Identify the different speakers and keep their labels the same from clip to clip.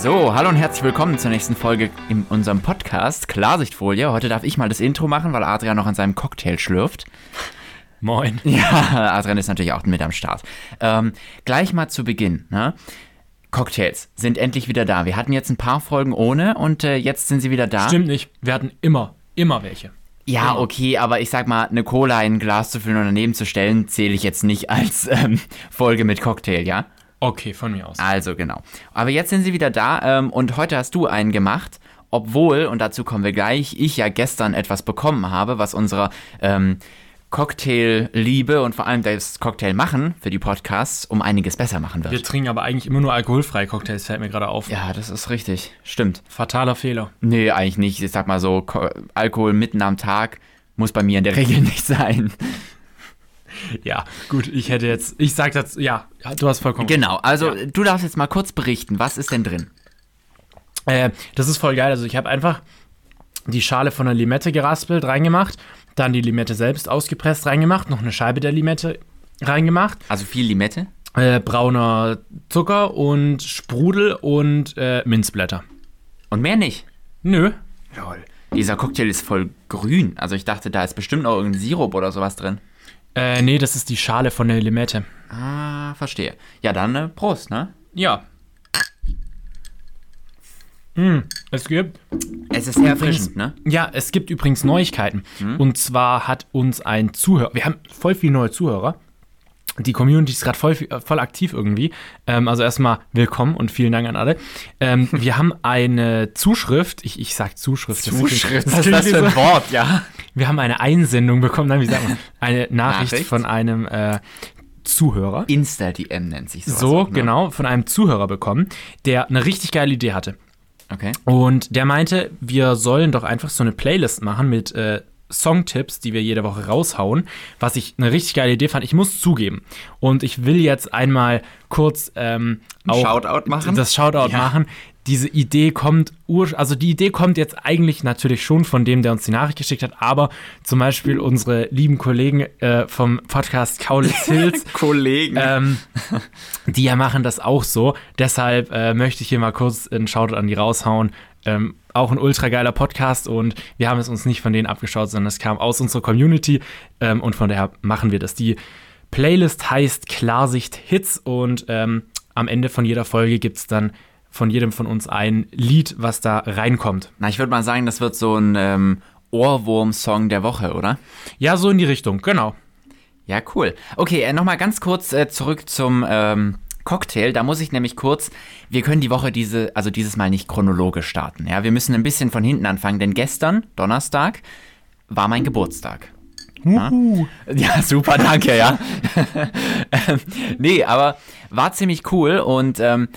Speaker 1: So, hallo und herzlich willkommen zur nächsten Folge in unserem Podcast Klarsichtfolie. Heute darf ich mal das Intro machen, weil Adrian noch an seinem Cocktail schlürft.
Speaker 2: Moin.
Speaker 1: Ja, Adrian ist natürlich auch mit am Start. Ähm, gleich mal zu Beginn. Ne? Cocktails sind endlich wieder da. Wir hatten jetzt ein paar Folgen ohne und äh, jetzt sind sie wieder da.
Speaker 2: Stimmt nicht. Wir hatten immer, immer welche.
Speaker 1: Ja, okay, aber ich sag mal, eine Cola in ein Glas zu füllen und daneben zu stellen, zähle ich jetzt nicht als ähm, Folge mit Cocktail, ja?
Speaker 2: Okay, von mir aus.
Speaker 1: Also genau. Aber jetzt sind sie wieder da ähm, und heute hast du einen gemacht, obwohl, und dazu kommen wir gleich, ich ja gestern etwas bekommen habe, was unserer ähm, Cocktailliebe und vor allem das Cocktail machen für die Podcasts um einiges besser machen
Speaker 2: Wir
Speaker 1: wird.
Speaker 2: trinken aber eigentlich immer nur alkoholfreie Cocktails, fällt mir gerade auf.
Speaker 1: Ja, das ist richtig. Stimmt.
Speaker 2: Fataler Fehler.
Speaker 1: Nee, eigentlich nicht. Ich sag mal so, Ko Alkohol mitten am Tag muss bei mir in der Regel nicht sein.
Speaker 2: Ja, gut, ich hätte jetzt, ich sag das, ja, du hast vollkommen
Speaker 1: Genau, also du darfst jetzt mal kurz berichten, was ist denn drin?
Speaker 2: Äh, das ist voll geil. Also ich habe einfach die Schale von der Limette geraspelt, reingemacht, dann die Limette selbst ausgepresst, reingemacht, noch eine Scheibe der Limette reingemacht,
Speaker 1: Also viel Limette?
Speaker 2: äh, brauner Zucker und Sprudel und äh, Minzblätter.
Speaker 1: Und mehr nicht.
Speaker 2: Nö.
Speaker 1: Dieser Cocktail ist voll grün. Also ich dachte, da ist bestimmt noch irgendein Sirup oder sowas drin.
Speaker 2: Äh, nee, das ist die Schale von der Limette.
Speaker 1: Ah, verstehe. Ja, dann äh, Prost, ne?
Speaker 2: Ja. Hm, es gibt.
Speaker 1: Es ist sehr erfrischend, ne?
Speaker 2: Ja, es gibt übrigens Neuigkeiten. Und zwar hat uns ein Zuhörer. Wir haben voll viele neue Zuhörer. Die Community ist gerade voll, viel- äh, voll aktiv irgendwie. Ähm, also erstmal willkommen und vielen Dank an alle. Ähm, wir haben eine Zuschrift. Ich, ich sag Zuschrift. das klingt-
Speaker 1: was ist
Speaker 2: klingt
Speaker 1: das für
Speaker 2: so-
Speaker 1: ein Wort, ja?
Speaker 2: Wir haben eine Einsendung bekommen. Nein, wie sagt man? Eine Nachricht,
Speaker 1: Nachricht?
Speaker 2: von einem äh, Zuhörer.
Speaker 1: Insta-DM nennt sich sowas
Speaker 2: So,
Speaker 1: auch, ne?
Speaker 2: genau, von einem Zuhörer bekommen, der eine richtig geile Idee hatte.
Speaker 1: Okay.
Speaker 2: Und der meinte, wir sollen doch einfach so eine Playlist machen mit äh, Songtipps, die wir jede Woche raushauen, was ich eine richtig geile Idee fand. Ich muss zugeben. Und ich will jetzt einmal kurz ähm, auch
Speaker 1: Shoutout machen?
Speaker 2: das Shoutout
Speaker 1: Ja.
Speaker 2: machen. Diese Idee kommt, ur also die Idee kommt jetzt eigentlich natürlich schon von dem, der uns die Nachricht geschickt hat, aber zum Beispiel unsere lieben Kollegen äh, vom Podcast Kaulitz Hills,
Speaker 1: Kollegen.
Speaker 2: ähm, die ja machen das auch so. Deshalb äh, möchte ich hier mal kurz einen Shoutout an die raushauen. Ähm, auch ein ultra geiler Podcast und wir haben es uns nicht von denen abgeschaut, sondern es kam aus unserer Community ähm, und von daher machen wir das. Die Playlist heißt Klarsicht Hits und ähm, am Ende von jeder Folge gibt es dann von jedem von uns ein Lied, was da reinkommt.
Speaker 1: Na, ich würde mal sagen, das wird so ein ähm, Ohrwurm-Song der Woche, oder?
Speaker 2: Ja, so in die Richtung, genau.
Speaker 1: Ja, cool. Okay, äh, nochmal ganz kurz äh, zurück zum ähm, Cocktail. Da muss ich nämlich kurz, wir können die Woche diese, also dieses Mal nicht chronologisch starten. Ja, wir müssen ein bisschen von hinten anfangen, denn gestern, Donnerstag, war mein Geburtstag. Ja, super, danke, ja. Ähm, nee, aber war ziemlich cool und ähm,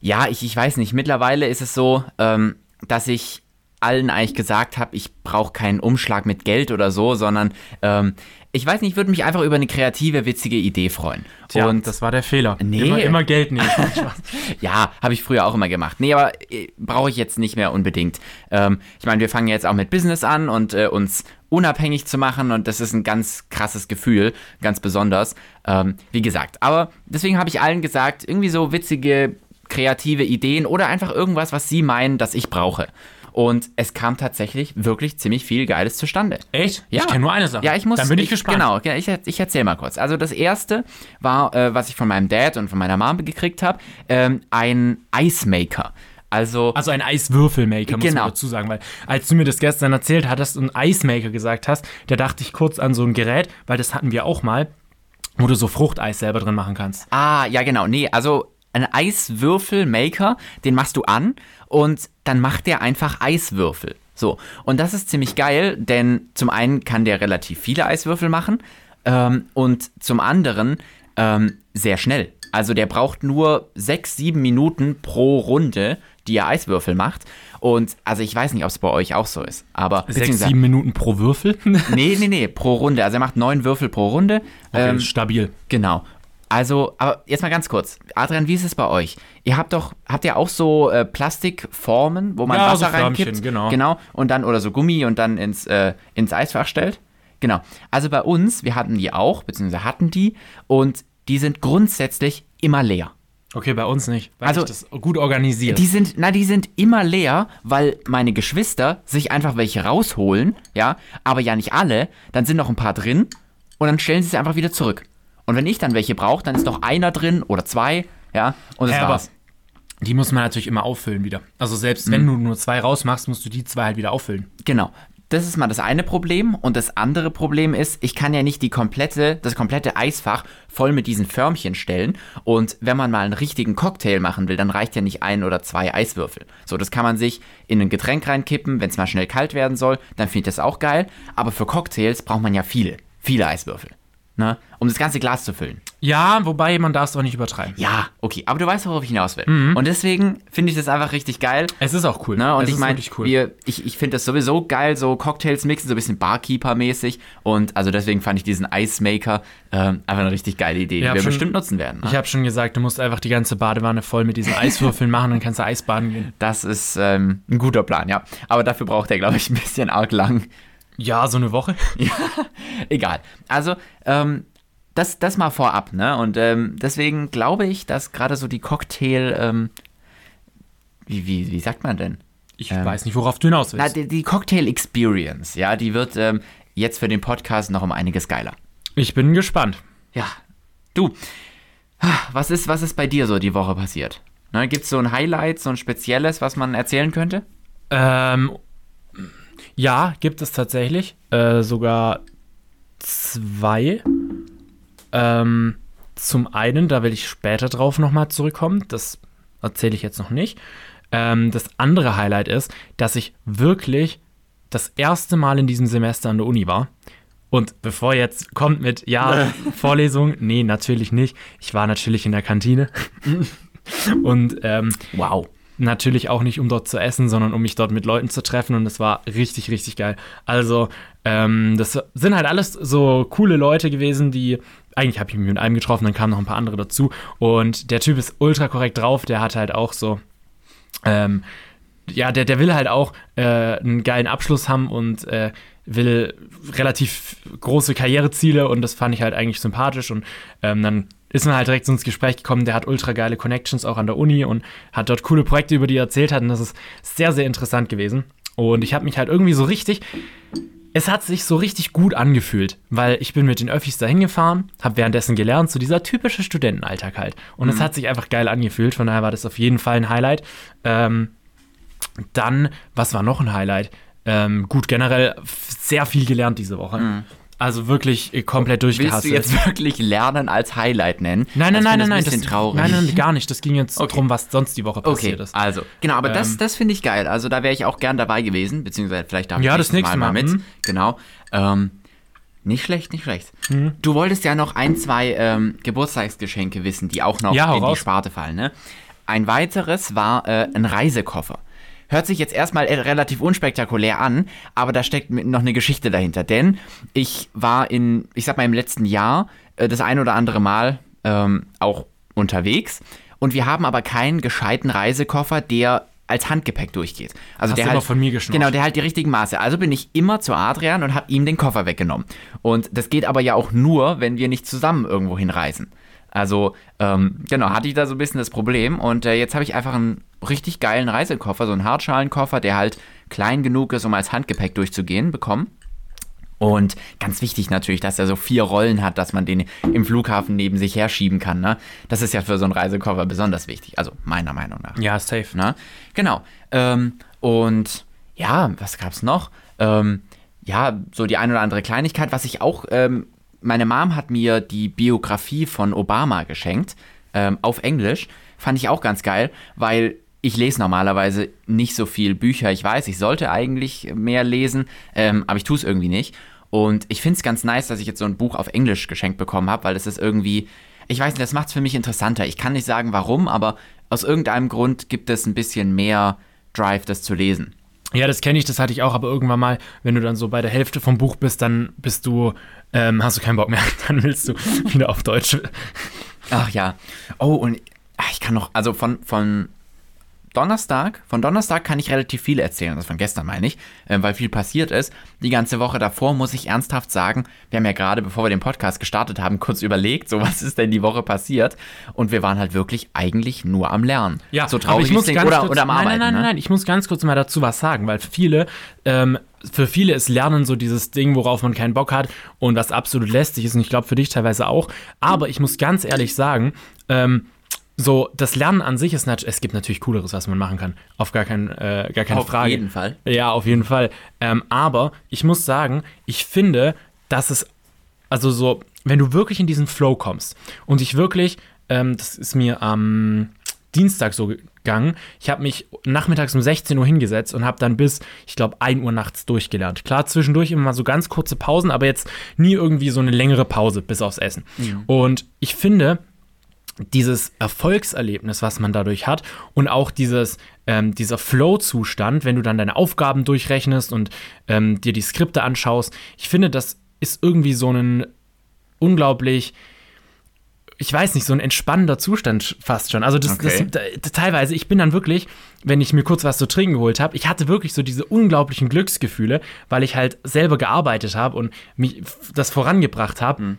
Speaker 1: ja, ich, ich weiß nicht, mittlerweile ist es so, ähm, dass ich allen eigentlich gesagt habe, ich brauche keinen Umschlag mit Geld oder so, sondern ähm, ich weiß nicht, ich würde mich einfach über eine kreative, witzige Idee freuen.
Speaker 2: Tja,
Speaker 1: und
Speaker 2: und das war der Fehler.
Speaker 1: Nee.
Speaker 2: Immer, immer Geld nehmen. Spaß.
Speaker 1: ja, habe ich früher auch immer gemacht. Nee, aber äh, brauche ich jetzt nicht mehr unbedingt. Ähm, ich meine, wir fangen jetzt auch mit Business an und äh, uns unabhängig zu machen und das ist ein ganz krasses Gefühl, ganz besonders, ähm, wie gesagt. Aber deswegen habe ich allen gesagt, irgendwie so witzige, kreative Ideen oder einfach irgendwas, was sie meinen, dass ich brauche. Und es kam tatsächlich wirklich ziemlich viel Geiles zustande.
Speaker 2: Echt? Ich kenne nur eine Sache.
Speaker 1: Ja, ich muss.
Speaker 2: Dann bin ich, gespannt.
Speaker 1: Genau, genau, ich, ich erzähle mal kurz. Also das erste war, äh, was ich von meinem Dad und von meiner Mom gekriegt habe, ähm, ein Eismaker. Also,
Speaker 2: Also ein Eiswürfelmaker, muss
Speaker 1: Genau.
Speaker 2: man dazu sagen, weil als du mir das gestern erzählt hattest und Eismaker gesagt hast, da dachte ich kurz an so ein Gerät, weil das hatten wir auch mal, wo du so Fruchteis selber drin machen kannst.
Speaker 1: ah, ja genau, nee, also ein Eiswürfelmaker, den machst du an und dann macht der einfach Eiswürfel. So, und das ist ziemlich geil, denn zum einen kann der relativ viele Eiswürfel machen ähm, und zum anderen ähm, sehr schnell. Also der braucht nur sechs, sieben Minuten pro Runde, die er Eiswürfel macht. Und also ich weiß nicht, ob es bei euch auch so ist, aber
Speaker 2: Sechs,
Speaker 1: beziehungsweise-
Speaker 2: sieben Minuten pro Würfel.
Speaker 1: nee, nee, nee, pro Runde. Also er macht neun Würfel pro Runde.
Speaker 2: Okay,
Speaker 1: ähm,
Speaker 2: stabil.
Speaker 1: Genau. Also, aber jetzt mal ganz kurz. Adrian, wie ist es bei euch? Ihr habt doch, habt ihr auch so äh, Plastikformen, wo man
Speaker 2: Ja, so
Speaker 1: Wasser
Speaker 2: Förmchen,
Speaker 1: reinkippt?
Speaker 2: genau.
Speaker 1: Genau. Und dann, oder so Gummi und dann ins, äh, ins Eisfach stellt? Genau. Also bei uns, wir hatten die auch, beziehungsweise hatten die und die sind grundsätzlich immer leer.
Speaker 2: Okay, bei uns nicht. Weil
Speaker 1: Also-
Speaker 2: ich das gut organisiert.
Speaker 1: Die sind, na, die sind immer leer, weil meine Geschwister sich einfach welche rausholen, ja, aber ja nicht alle. Dann sind noch ein paar drin und dann stellen sie sie einfach wieder zurück. Und wenn ich dann welche brauche, dann ist noch einer drin oder zwei, ja, und das
Speaker 2: Ja, aber
Speaker 1: war's.
Speaker 2: die muss man natürlich immer auffüllen wieder. Also selbst
Speaker 1: Mhm.
Speaker 2: wenn du nur zwei rausmachst, musst du die zwei halt wieder auffüllen.
Speaker 1: Genau. Das ist mal das eine Problem. Und das andere Problem ist, ich kann ja nicht die komplette, das komplette Eisfach voll mit diesen Förmchen stellen. Und wenn man mal einen richtigen Cocktail machen will, dann reicht ja nicht ein oder zwei Eiswürfel. So, das kann man sich in ein Getränk reinkippen, wenn es mal schnell kalt werden soll, dann finde ich das auch geil. Aber für Cocktails braucht man ja viele, viele Eiswürfel. Ne? Um das ganze Glas zu füllen.
Speaker 2: Ja, wobei man darf es auch nicht übertreiben.
Speaker 1: Ja, okay. Aber du weißt, worauf ich hinaus will. Und deswegen finde ich das einfach richtig geil.
Speaker 2: Es ist auch cool.
Speaker 1: Ne? Und
Speaker 2: es
Speaker 1: ich
Speaker 2: Also, ist
Speaker 1: meine,
Speaker 2: wirklich cool.
Speaker 1: wir- ich, ich finde das sowieso geil, so Cocktails mixen, so ein bisschen Barkeeper-mäßig. Und also deswegen fand ich diesen Ice Maker ähm, einfach eine richtig geile Idee,
Speaker 2: Ja,
Speaker 1: die wir
Speaker 2: schon-
Speaker 1: bestimmt nutzen werden.
Speaker 2: ich
Speaker 1: Ne?
Speaker 2: habe schon gesagt, du musst einfach die ganze Badewanne voll mit diesen Eiswürfeln machen, dann kannst du Eisbaden gehen.
Speaker 1: Das ist ähm, ein guter Plan, ja. Aber dafür braucht er, glaube ich, ein bisschen arg lang.
Speaker 2: Ja, so eine Woche.
Speaker 1: Egal. Also, ähm, das, das mal vorab, ne? Und ähm, deswegen glaube ich, dass gerade so die Cocktail, ähm, wie, wie, wie sagt man denn?
Speaker 2: Ich
Speaker 1: Ähm.
Speaker 2: weiß nicht, worauf du hinaus willst.
Speaker 1: Na, die, die Cocktail Experience, ja, die wird ähm, jetzt für den Podcast noch um einiges geiler.
Speaker 2: ich bin gespannt.
Speaker 1: Ja. Du, Ah, was ist, was ist bei dir so die Woche passiert? Ne, Gibt es so ein Highlight, so ein spezielles, was man erzählen könnte?
Speaker 2: Ähm, ja, gibt es tatsächlich. Äh, sogar zwei. Ähm, zum einen, da will ich später drauf nochmal zurückkommen. Das erzähle ich jetzt noch nicht. Ähm, das andere Highlight ist, dass ich wirklich das erste Mal in diesem Semester an der Uni war. Und bevor jetzt kommt mit, ja, Vorlesung, nee, natürlich nicht. Ich war natürlich in der Kantine. Und ähm,
Speaker 1: Wow.
Speaker 2: natürlich auch nicht, um dort zu essen, sondern um mich dort mit Leuten zu treffen und es war richtig, richtig geil. Also, ähm, das sind halt alles so coole Leute gewesen, die eigentlich habe ich mich mit einem getroffen, dann kamen noch ein paar andere dazu und der Typ ist ultra korrekt drauf, der hat halt auch so, ähm, ja, der, der will halt auch äh, einen geilen Abschluss haben und äh, will relativ große Karriereziele und das fand ich halt eigentlich sympathisch und ähm, dann ist man halt direkt so ins Gespräch gekommen, der hat ultra geile Connections auch an der Uni und hat dort coole Projekte, über die er erzählt hat und das ist sehr, sehr interessant gewesen. Und ich habe mich halt irgendwie so richtig, es hat sich so richtig gut angefühlt, weil ich bin mit den Öffis dahin gefahren, habe währenddessen gelernt, so dieser typische Studentenalltag halt. Und
Speaker 1: Mhm.
Speaker 2: es hat sich einfach geil angefühlt, von daher war das auf jeden Fall ein Highlight. Ähm, dann, was war noch ein Highlight? Ähm, gut, generell f- sehr viel gelernt diese Woche. Also wirklich äh, komplett
Speaker 1: Mhm. Willst du
Speaker 2: durchgehasselt.
Speaker 1: jetzt wirklich Lernen als Highlight nennen?
Speaker 2: Nein, nein,
Speaker 1: Also ich
Speaker 2: nein,
Speaker 1: find
Speaker 2: nein,
Speaker 1: das
Speaker 2: nein,
Speaker 1: Ein bisschen
Speaker 2: das,
Speaker 1: traurig.
Speaker 2: nein, nein, gar nicht. Das ging jetzt drum, was sonst die Woche
Speaker 1: Okay,
Speaker 2: passiert ist.
Speaker 1: also, genau, aber das,
Speaker 2: Ähm.
Speaker 1: das finde ich geil. Also, da wäre ich auch gern dabei gewesen, beziehungsweise vielleicht darf
Speaker 2: Ja,
Speaker 1: ich
Speaker 2: das
Speaker 1: nächstes
Speaker 2: nächste Mal,
Speaker 1: mit.
Speaker 2: hm.
Speaker 1: Genau. Ähm, nicht schlecht, nicht schlecht.
Speaker 2: Hm.
Speaker 1: Du wolltest ja noch ein, zwei ähm, Geburtstagsgeschenke wissen, die auch noch
Speaker 2: Ja, hau
Speaker 1: in die
Speaker 2: raus.
Speaker 1: Sparte fallen. Ne? Ein weiteres war äh, ein Reisekoffer. Hört sich jetzt erstmal äh, relativ unspektakulär an, aber da steckt mit- noch eine Geschichte dahinter. Denn ich war in, ich sag mal, im letzten Jahr äh, das ein oder andere Mal ähm, auch unterwegs. Und wir haben aber keinen gescheiten Reisekoffer, der als Handgepäck durchgeht. Also
Speaker 2: Hast
Speaker 1: der
Speaker 2: du
Speaker 1: halt,
Speaker 2: immer von mir geschnurrt.
Speaker 1: Genau, der halt die richtigen Maße. Also bin ich immer zu Adrian und habe ihm den Koffer weggenommen. Und das geht aber ja auch nur, wenn wir nicht zusammen irgendwo hinreisen. Also, ähm, genau, hatte ich da so ein bisschen das Problem. Und äh, jetzt habe ich einfach einen richtig geilen Reisekoffer, so einen Hartschalenkoffer, der halt klein genug ist, um als Handgepäck durchzugehen, bekommen. Und ganz wichtig natürlich, dass er so vier Rollen hat, dass man den im Flughafen neben sich herschieben kann. Ne? Das ist ja für so einen Reisekoffer besonders wichtig. Also meiner Meinung nach.
Speaker 2: Ja, safe.
Speaker 1: Ne? Genau. Ähm, und ja, was gab's noch? Ähm, ja, so die ein oder andere Kleinigkeit, was ich auch, ähm, meine Mom hat mir die Biografie von Obama geschenkt, ähm, auf Englisch. Fand ich auch ganz geil, weil ich lese normalerweise nicht so viel Bücher. Ich weiß, ich sollte eigentlich mehr lesen, ähm, aber ich tue es irgendwie nicht. Und ich finde es ganz nice, dass ich jetzt so ein Buch auf Englisch geschenkt bekommen habe, weil es ist irgendwie, ich weiß nicht, das macht es für mich interessanter. Ich kann nicht sagen, warum, aber aus irgendeinem Grund gibt es ein bisschen mehr Drive, das zu lesen.
Speaker 2: Ja, das kenne ich, das hatte ich auch, aber irgendwann mal, wenn du dann so bei der Hälfte vom Buch bist, dann bist du, ähm, hast du keinen Bock mehr, dann willst du wieder auf Deutsch.
Speaker 1: Ach ja. Oh, und ach, ich kann noch, also von, von Donnerstag, von Donnerstag kann ich relativ viel erzählen, das von gestern meine ich, äh, weil viel passiert ist. Die ganze Woche davor muss ich ernsthaft sagen, wir haben ja gerade, bevor wir den Podcast gestartet haben, kurz überlegt, so was ist denn die Woche passiert und wir waren halt wirklich eigentlich nur am Lernen.
Speaker 2: Ja,
Speaker 1: so
Speaker 2: aber
Speaker 1: traurig
Speaker 2: ich muss
Speaker 1: es klingt,
Speaker 2: ganz
Speaker 1: oder,
Speaker 2: kurz,
Speaker 1: oder am
Speaker 2: nein,
Speaker 1: Arbeiten.
Speaker 2: Nein, nein,
Speaker 1: ne?
Speaker 2: nein, ich muss ganz kurz mal dazu was sagen, weil viele, ähm, für viele ist Lernen so dieses Ding, worauf man keinen Bock hat und was absolut lästig ist und ich glaube für dich teilweise auch. Aber ich muss ganz ehrlich sagen, ähm, so das Lernen an sich ist natürlich, es gibt natürlich Cooleres, was man machen kann. Auf gar, kein, äh, gar keine
Speaker 1: Auf
Speaker 2: Frage.
Speaker 1: jeden Fall.
Speaker 2: Ja, auf jeden Fall. Ähm, aber ich muss sagen, ich finde, dass es also so, wenn du wirklich in diesen Flow kommst und ich wirklich, ähm, das ist mir am Dienstag so gegangen, ich habe mich nachmittags um 16 Uhr hingesetzt und habe dann bis, ich glaube, 1 Uhr nachts durchgelernt. Klar, zwischendurch immer mal so ganz kurze Pausen, aber jetzt nie irgendwie so eine längere Pause bis aufs Essen.
Speaker 1: Mhm.
Speaker 2: Und ich finde, dieses Erfolgserlebnis, was man dadurch hat und auch dieses, ähm, dieser Flow-Zustand, wenn du dann deine Aufgaben durchrechnest und ähm, dir die Skripte anschaust, ich finde, das ist irgendwie so ein unglaublich, ich weiß nicht, so ein entspannender Zustand fast schon. Also das,
Speaker 1: Okay.
Speaker 2: das, da- teilweise, ich bin dann wirklich, wenn ich mir kurz was zu trinken geholt habe, ich hatte wirklich so diese unglaublichen Glücksgefühle, weil ich halt selber gearbeitet habe und mich f- das vorangebracht habe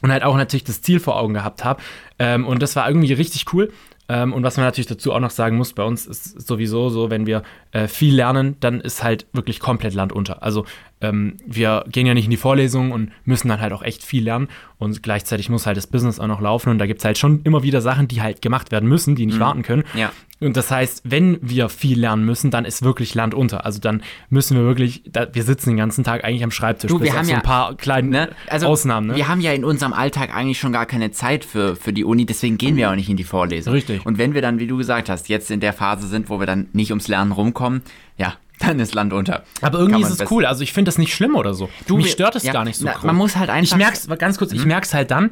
Speaker 2: und halt auch natürlich das Ziel vor Augen gehabt habe. Ähm, und das war irgendwie richtig cool. Ähm, und was man natürlich dazu auch noch sagen muss, bei uns ist sowieso so, wenn wir äh, viel lernen, dann ist halt wirklich komplett Land unter. Also ähm, wir gehen ja nicht in die Vorlesungen und müssen dann halt auch echt viel lernen. Und gleichzeitig muss halt das Business auch noch laufen. Und da gibt es halt schon immer wieder Sachen, die halt gemacht werden müssen, die nicht warten können.
Speaker 1: Mhm. Ja.
Speaker 2: Und das heißt, wenn wir viel lernen müssen, dann ist wirklich Land unter. Also dann müssen wir wirklich, da, wir sitzen den ganzen Tag eigentlich am Schreibtisch.
Speaker 1: Du, wir
Speaker 2: auf
Speaker 1: haben
Speaker 2: so ein
Speaker 1: ja-
Speaker 2: paar kleine
Speaker 1: Ne? Also,
Speaker 2: Ausnahmen. Ne?
Speaker 1: Wir haben ja in unserem Alltag eigentlich schon gar keine Zeit für, für die Uni, deswegen gehen wir auch nicht in die Vorlesung.
Speaker 2: Richtig.
Speaker 1: Und wenn wir dann, wie du gesagt hast, jetzt in der Phase sind, wo wir dann nicht ums Lernen rumkommen, ja, dann ist Land unter.
Speaker 2: Aber irgendwie
Speaker 1: Kann
Speaker 2: ist
Speaker 1: man
Speaker 2: es
Speaker 1: best-
Speaker 2: cool. Also ich finde das nicht schlimm oder so. Du, Mich
Speaker 1: wir-
Speaker 2: stört es
Speaker 1: ja,
Speaker 2: gar nicht so
Speaker 1: na,
Speaker 2: groß.
Speaker 1: man muss halt einfach- Mhm.
Speaker 2: Ich merk's ganz kurz. Ich merk's halt dann,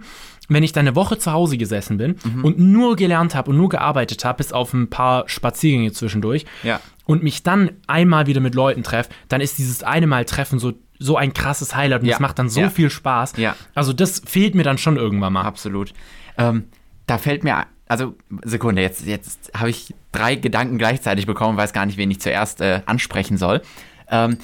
Speaker 2: wenn ich dann eine Woche zu Hause gesessen bin
Speaker 1: Mhm.
Speaker 2: und nur gelernt habe und nur gearbeitet habe, bis auf ein paar Spaziergänge zwischendurch.
Speaker 1: Ja.
Speaker 2: Und mich dann einmal wieder mit Leuten treffe, dann ist dieses eine Mal Treffen so so ein krasses Highlight und
Speaker 1: Ja.
Speaker 2: das macht dann so
Speaker 1: Ja.
Speaker 2: viel Spaß.
Speaker 1: Ja.
Speaker 2: Also das fehlt mir dann schon irgendwann mal.
Speaker 1: Absolut. Ähm, da fällt mir, also Sekunde, jetzt, jetzt habe ich drei Gedanken gleichzeitig bekommen, weiß gar nicht, wen ich zuerst äh, ansprechen soll. Ähm,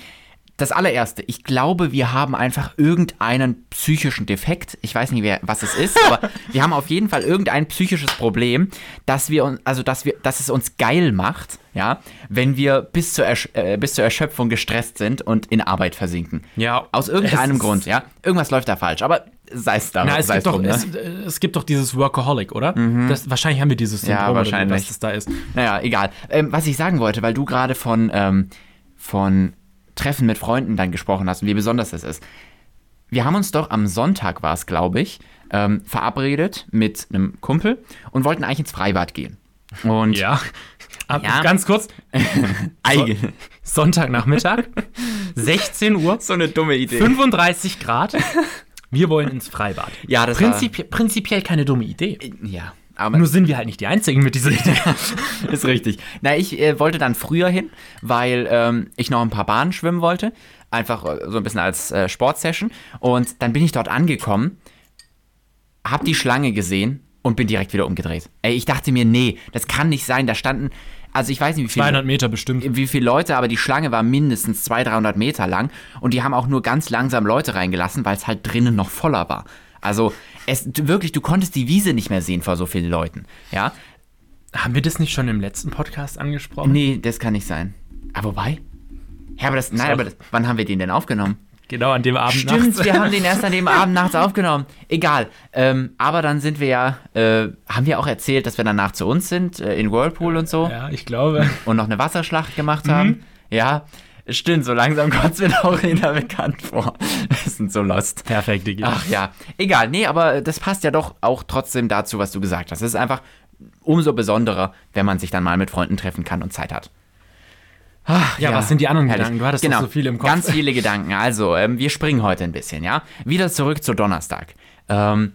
Speaker 1: das allererste, ich glaube, wir haben einfach irgendeinen psychischen Defekt. Ich weiß nicht, wer, was es ist, aber wir haben auf jeden Fall irgendein psychisches Problem, dass wir uns, also dass wir, dass es uns geil macht, ja, wenn wir bis zur, Ersch äh, bis zur Erschöpfung gestresst sind und in Arbeit versinken.
Speaker 2: Ja.
Speaker 1: Aus irgendeinem
Speaker 2: Es-
Speaker 1: Grund, ja. Irgendwas läuft da falsch, aber sei es da.
Speaker 2: Na, es
Speaker 1: sei
Speaker 2: gibt, doch,
Speaker 1: drum, ne? Mhm.
Speaker 2: es, äh, es gibt doch dieses Workaholic, oder? Das, wahrscheinlich haben wir dieses Syndrom, oder so,
Speaker 1: wahrscheinlich.
Speaker 2: dass das da ist.
Speaker 1: Naja, egal. Ähm, was ich sagen wollte, weil du gerade von, ähm, von Treffen mit Freunden dann gesprochen hast und wie besonders das ist. Wir haben uns doch am Sonntag, war es, glaube ich, ähm, verabredet mit einem Kumpel und wollten eigentlich ins Freibad gehen. Und
Speaker 2: Ja. Ab-
Speaker 1: Ja.
Speaker 2: Ganz kurz,
Speaker 1: Eige.
Speaker 2: Sonntagnachmittag, 16 Uhr,
Speaker 1: so eine dumme Idee.
Speaker 2: 35 Grad. Wir wollen ins Freibad.
Speaker 1: Ja, das war- Äh,
Speaker 2: Prinzipi prinzipiell keine dumme Idee.
Speaker 1: Ja, aber
Speaker 2: Nur sind wir halt nicht die Einzigen mit dieser Idee.
Speaker 1: ist richtig. Na, ich äh, wollte dann früher hin, weil ähm, ich noch ein paar Bahnen schwimmen wollte. Einfach äh, so ein bisschen als äh, Sportsession. Und dann bin ich dort angekommen, hab die Schlange gesehen und bin direkt wieder umgedreht. Ey, ich dachte mir, nee, das kann nicht sein. Da standen, also ich weiß nicht, wie viele
Speaker 2: 200 Meter bestimmt.
Speaker 1: wie viele Leute, aber die Schlange war mindestens 200, 300 Meter lang und die haben auch nur ganz langsam Leute reingelassen, weil es halt drinnen noch voller war. Also es, du, wirklich, du konntest die Wiese nicht mehr sehen vor so vielen Leuten. Ja,
Speaker 2: Haben wir das nicht schon im letzten Podcast angesprochen?
Speaker 1: nee, das kann nicht sein. Aber Ah, wobei? Ja, aber das, nein,
Speaker 2: war-
Speaker 1: aber das, wann haben wir den denn aufgenommen?
Speaker 2: Genau, an dem Abend
Speaker 1: Stimmt,
Speaker 2: nachts.
Speaker 1: wir haben den erst an dem Abend nachts aufgenommen. Egal. Ähm, aber dann sind wir ja, äh, haben wir auch erzählt, dass wir danach zu uns sind, äh, in Whirlpool und so.
Speaker 2: Ja, ich glaube.
Speaker 1: und noch eine Wasserschlacht gemacht haben. Ja, stimmt, so langsam kommt es mir auch wieder bekannt vor. Wir sind so lost.
Speaker 2: Perfekt, Digi.
Speaker 1: Ach ja, egal. Nee, aber das passt ja doch auch trotzdem dazu, was du gesagt hast. Es ist einfach umso besonderer, wenn man sich dann mal mit Freunden treffen kann und Zeit hat. Ach,
Speaker 2: Ja, was sind die anderen
Speaker 1: herrlich.
Speaker 2: Gedanken? Du hattest doch
Speaker 1: genau.
Speaker 2: so viele im Kopf.
Speaker 1: Ganz viele Gedanken. Also, ähm, wir springen heute ein bisschen, ja? Wieder zurück zu Donnerstag. Ähm,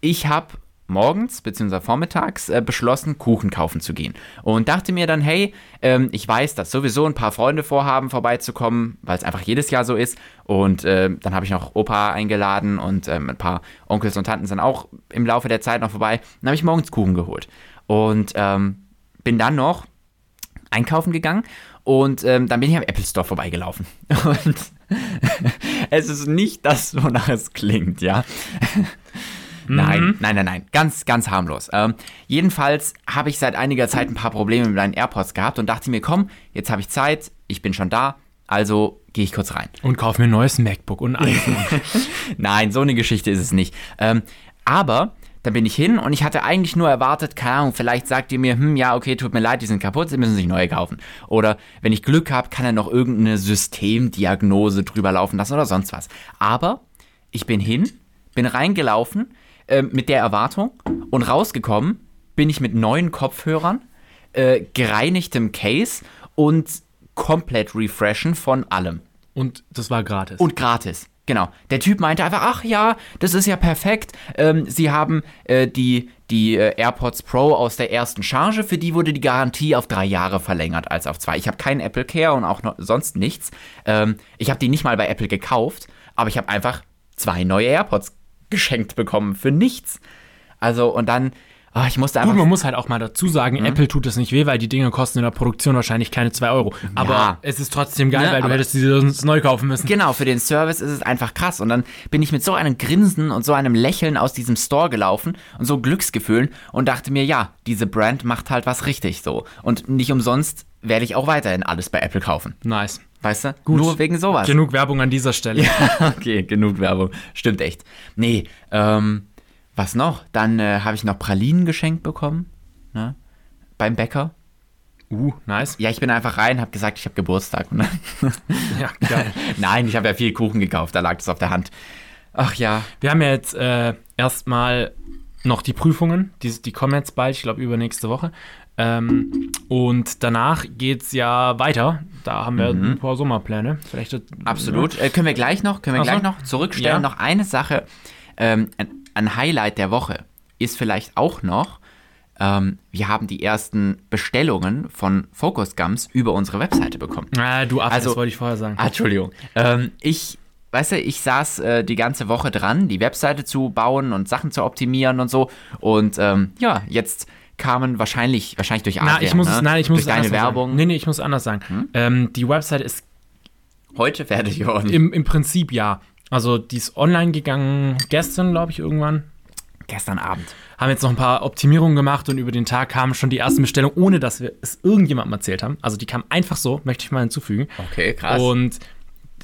Speaker 1: ich habe morgens bzw. vormittags äh, beschlossen, Kuchen kaufen zu gehen. Und dachte mir dann, hey, ähm, ich weiß, dass sowieso ein paar Freunde vorhaben, vorbeizukommen, weil es einfach jedes Jahr so ist. Und ähm, dann habe ich noch Opa eingeladen und ähm, ein paar Onkels und Tanten sind auch im Laufe der Zeit noch vorbei. Dann habe ich morgens Kuchen geholt. Und ähm, bin dann noch einkaufen gegangen und ähm, dann bin ich am Apple Store vorbeigelaufen. Und es ist nicht das, wonach es klingt, ja. Nein, nein, nein, nein. Ganz, ganz harmlos. Ähm, jedenfalls habe ich seit einiger Zeit ein paar Probleme mit meinen AirPods gehabt und dachte mir, komm, jetzt habe ich Zeit, ich bin schon da, also gehe ich kurz rein.
Speaker 2: Und kauf mir ein neues MacBook und ein iPhone.
Speaker 1: Nein, so eine Geschichte ist es nicht. Ähm, aber dann bin ich hin und ich hatte eigentlich nur erwartet, keine Ahnung, vielleicht sagt ihr mir, hm, ja, okay, tut mir leid, die sind kaputt, sie müssen sich neue kaufen. Oder wenn ich Glück habe, kann er noch irgendeine Systemdiagnose drüber laufen lassen oder sonst was. Aber ich bin hin, bin reingelaufen ähm, mit der Erwartung und rausgekommen bin ich mit neuen Kopfhörern, äh, gereinigtem Case und komplett refreshen von allem.
Speaker 2: und das war gratis.
Speaker 1: Und gratis. Genau. Der Typ meinte einfach, ach ja, das ist ja perfekt. Ähm, sie haben äh, die, die äh, AirPods Pro aus der ersten Charge, für die wurde die Garantie auf drei Jahre verlängert als auf zwei. Ich habe keinen Apple Care und auch noch, sonst nichts. Ähm, ich habe die nicht mal bei Apple gekauft, aber ich habe einfach zwei neue AirPods geschenkt bekommen für nichts. Also und dann, ah, ich musste einfach
Speaker 2: Gut, man muss halt auch mal dazu sagen,
Speaker 1: Mhm.
Speaker 2: Apple tut das nicht weh, weil die Dinge kosten in der Produktion wahrscheinlich keine 2 Euro. Aber
Speaker 1: Ja.
Speaker 2: es ist trotzdem geil,
Speaker 1: Ne,
Speaker 2: weil du
Speaker 1: aber-
Speaker 2: hättest die sonst neu kaufen müssen.
Speaker 1: Genau, für den Service ist es einfach krass. Und dann bin ich mit so einem Grinsen und so einem Lächeln aus diesem Store gelaufen und so Glücksgefühlen und dachte mir, ja, diese Brand macht halt was richtig so. Und nicht umsonst werde ich auch weiterhin alles bei Apple kaufen.
Speaker 2: Nice.
Speaker 1: Weißt du? Gut. Nur wegen sowas.
Speaker 2: Genug Werbung an dieser Stelle.
Speaker 1: okay, genug Werbung. Stimmt echt. Nee, ähm, was noch? Dann äh, habe ich noch Pralinen geschenkt bekommen. Ne? Beim Bäcker.
Speaker 2: Uh, nice.
Speaker 1: Ja, ich bin einfach rein, habe gesagt, ich habe Geburtstag. Und dann
Speaker 2: Ja, geil.
Speaker 1: Nein, ich habe ja viel Kuchen gekauft, da lag das auf der Hand. Ach ja,
Speaker 2: Wir haben ja jetzt äh, erstmal noch die Prüfungen, die, die kommen jetzt bald, ich glaube übernächste Woche. Ähm, und danach geht's ja weiter. Da haben wir
Speaker 1: Mhm.
Speaker 2: ein paar Sommerpläne. Vielleicht
Speaker 1: Absolut. Äh, können wir gleich noch, können wir
Speaker 2: Ach so.
Speaker 1: gleich noch zurückstellen.
Speaker 2: Ja.
Speaker 1: Noch eine Sache, ähm, ein, ein Highlight der Woche ist vielleicht auch noch, ähm, wir haben die ersten Bestellungen von Focus Gums über unsere Webseite bekommen.
Speaker 2: Ah, du Affe,
Speaker 1: Also-
Speaker 2: das wollte ich vorher sagen.
Speaker 1: Ah, Entschuldigung. Ähm, ich, weißt du, ich saß äh, die ganze Woche dran, die Webseite zu bauen und Sachen zu optimieren und so. Und ähm, ja, jetzt kamen wahrscheinlich, wahrscheinlich durch
Speaker 2: Na, ich muss,
Speaker 1: ne?
Speaker 2: es, nein, ich muss
Speaker 1: durch deine
Speaker 2: anders
Speaker 1: Werbung. Hm?
Speaker 2: Sagen. Nee, nee, ich muss anders sagen. Ähm, die Website ist
Speaker 1: Heute werde ich auch
Speaker 2: im, im Prinzip ja. Also die ist online gegangen gestern, glaube ich, irgendwann.
Speaker 1: Gestern Abend.
Speaker 2: Haben jetzt noch ein paar Optimierungen gemacht und über den Tag kamen schon die ersten Bestellungen, ohne dass wir es irgendjemandem erzählt haben. Also die kamen einfach so, möchte ich mal hinzufügen.
Speaker 1: Okay, krass.
Speaker 2: Und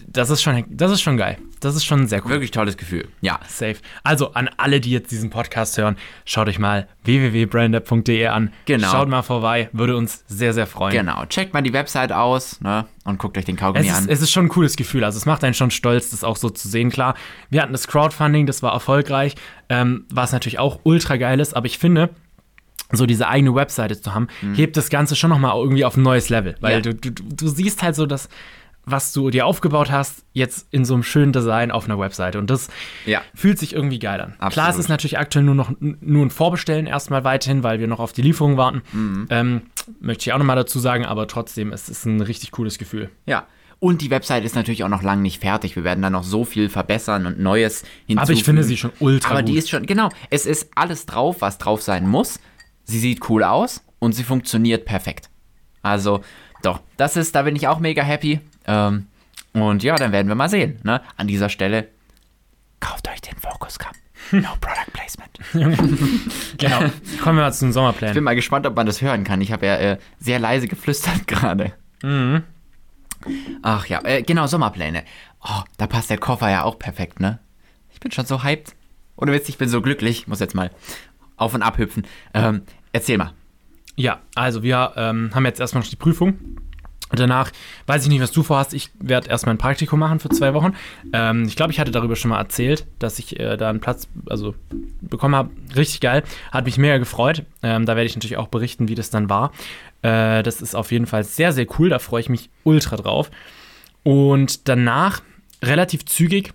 Speaker 2: das ist schon, das ist schon geil. Das ist schon sehr cool.
Speaker 1: Wirklich tolles Gefühl. Ja.
Speaker 2: Safe. Also an alle, die jetzt diesen Podcast hören, schaut euch mal www.brandup.de an.
Speaker 1: Genau.
Speaker 2: Schaut mal vorbei, würde uns sehr, sehr freuen.
Speaker 1: Genau, checkt mal die Website aus ne, und guckt euch den Kaugummi
Speaker 2: Es ist,
Speaker 1: an.
Speaker 2: es ist schon ein cooles Gefühl. Also es macht einen schon stolz, das auch so zu sehen. Klar, wir hatten das Crowdfunding, das war erfolgreich, ähm, was natürlich auch ultra geil ist. Aber ich finde, so diese eigene Webseite zu haben, hebt das Ganze schon noch mal irgendwie auf ein neues Level. Weil
Speaker 1: Mhm. Ja.
Speaker 2: du, du, du siehst halt so das, was du dir aufgebaut hast, jetzt in so einem schönen Design auf einer Webseite. Und das
Speaker 1: Ja.
Speaker 2: fühlt sich irgendwie geil an. Klar, es
Speaker 1: Absolut.
Speaker 2: ist natürlich aktuell nur noch n- nur ein Vorbestellen erstmal weiterhin, weil wir noch auf die Lieferung warten.
Speaker 1: Mhm.
Speaker 2: Ähm, möchte ich auch noch mal dazu sagen, aber trotzdem, es ist ein richtig cooles Gefühl.
Speaker 1: ja. Und die Website ist natürlich auch noch lange nicht fertig. Wir werden da noch so viel verbessern und Neues hinzufügen.
Speaker 2: Aber ich finde sie schon ultra
Speaker 1: Aber
Speaker 2: gut.
Speaker 1: die ist schon, genau, es ist alles drauf, was drauf sein muss. Sie sieht cool aus und sie funktioniert perfekt. Also, doch, das ist, da bin ich auch mega happy. Ähm, und ja, dann werden wir mal sehen. Ne? An dieser Stelle, kauft euch den Focus Cam. No Product Placement.
Speaker 2: genau. Kommen wir mal
Speaker 1: Ich
Speaker 2: zu den
Speaker 1: bin
Speaker 2: Sommerplänen.
Speaker 1: mal gespannt, ob man das hören kann. Ich habe ja äh, sehr leise geflüstert gerade.
Speaker 2: Mhm.
Speaker 1: Ach ja, äh, genau, Sommerpläne. Oh, da passt der Koffer ja auch perfekt, ne? Ich bin schon so hyped. Ohne Witz, ich bin so glücklich. Ich muss jetzt mal auf und ab hüpfen. Ähm, erzähl mal.
Speaker 2: Ja, also wir ähm, haben jetzt erstmal noch die Prüfung. Und Danach weiß ich nicht, was du vorhast. Ich werde erstmal ein Praktikum machen für zwei Wochen. Ähm, ich glaube, ich hatte darüber schon mal erzählt, dass ich äh, da einen Platz also, bekommen habe. Richtig geil. Hat mich mega gefreut. Ähm, da werde ich natürlich auch berichten, wie das dann war. Äh, das ist auf jeden Fall sehr, sehr cool. Da freue ich mich ultra drauf. Und danach, relativ zügig,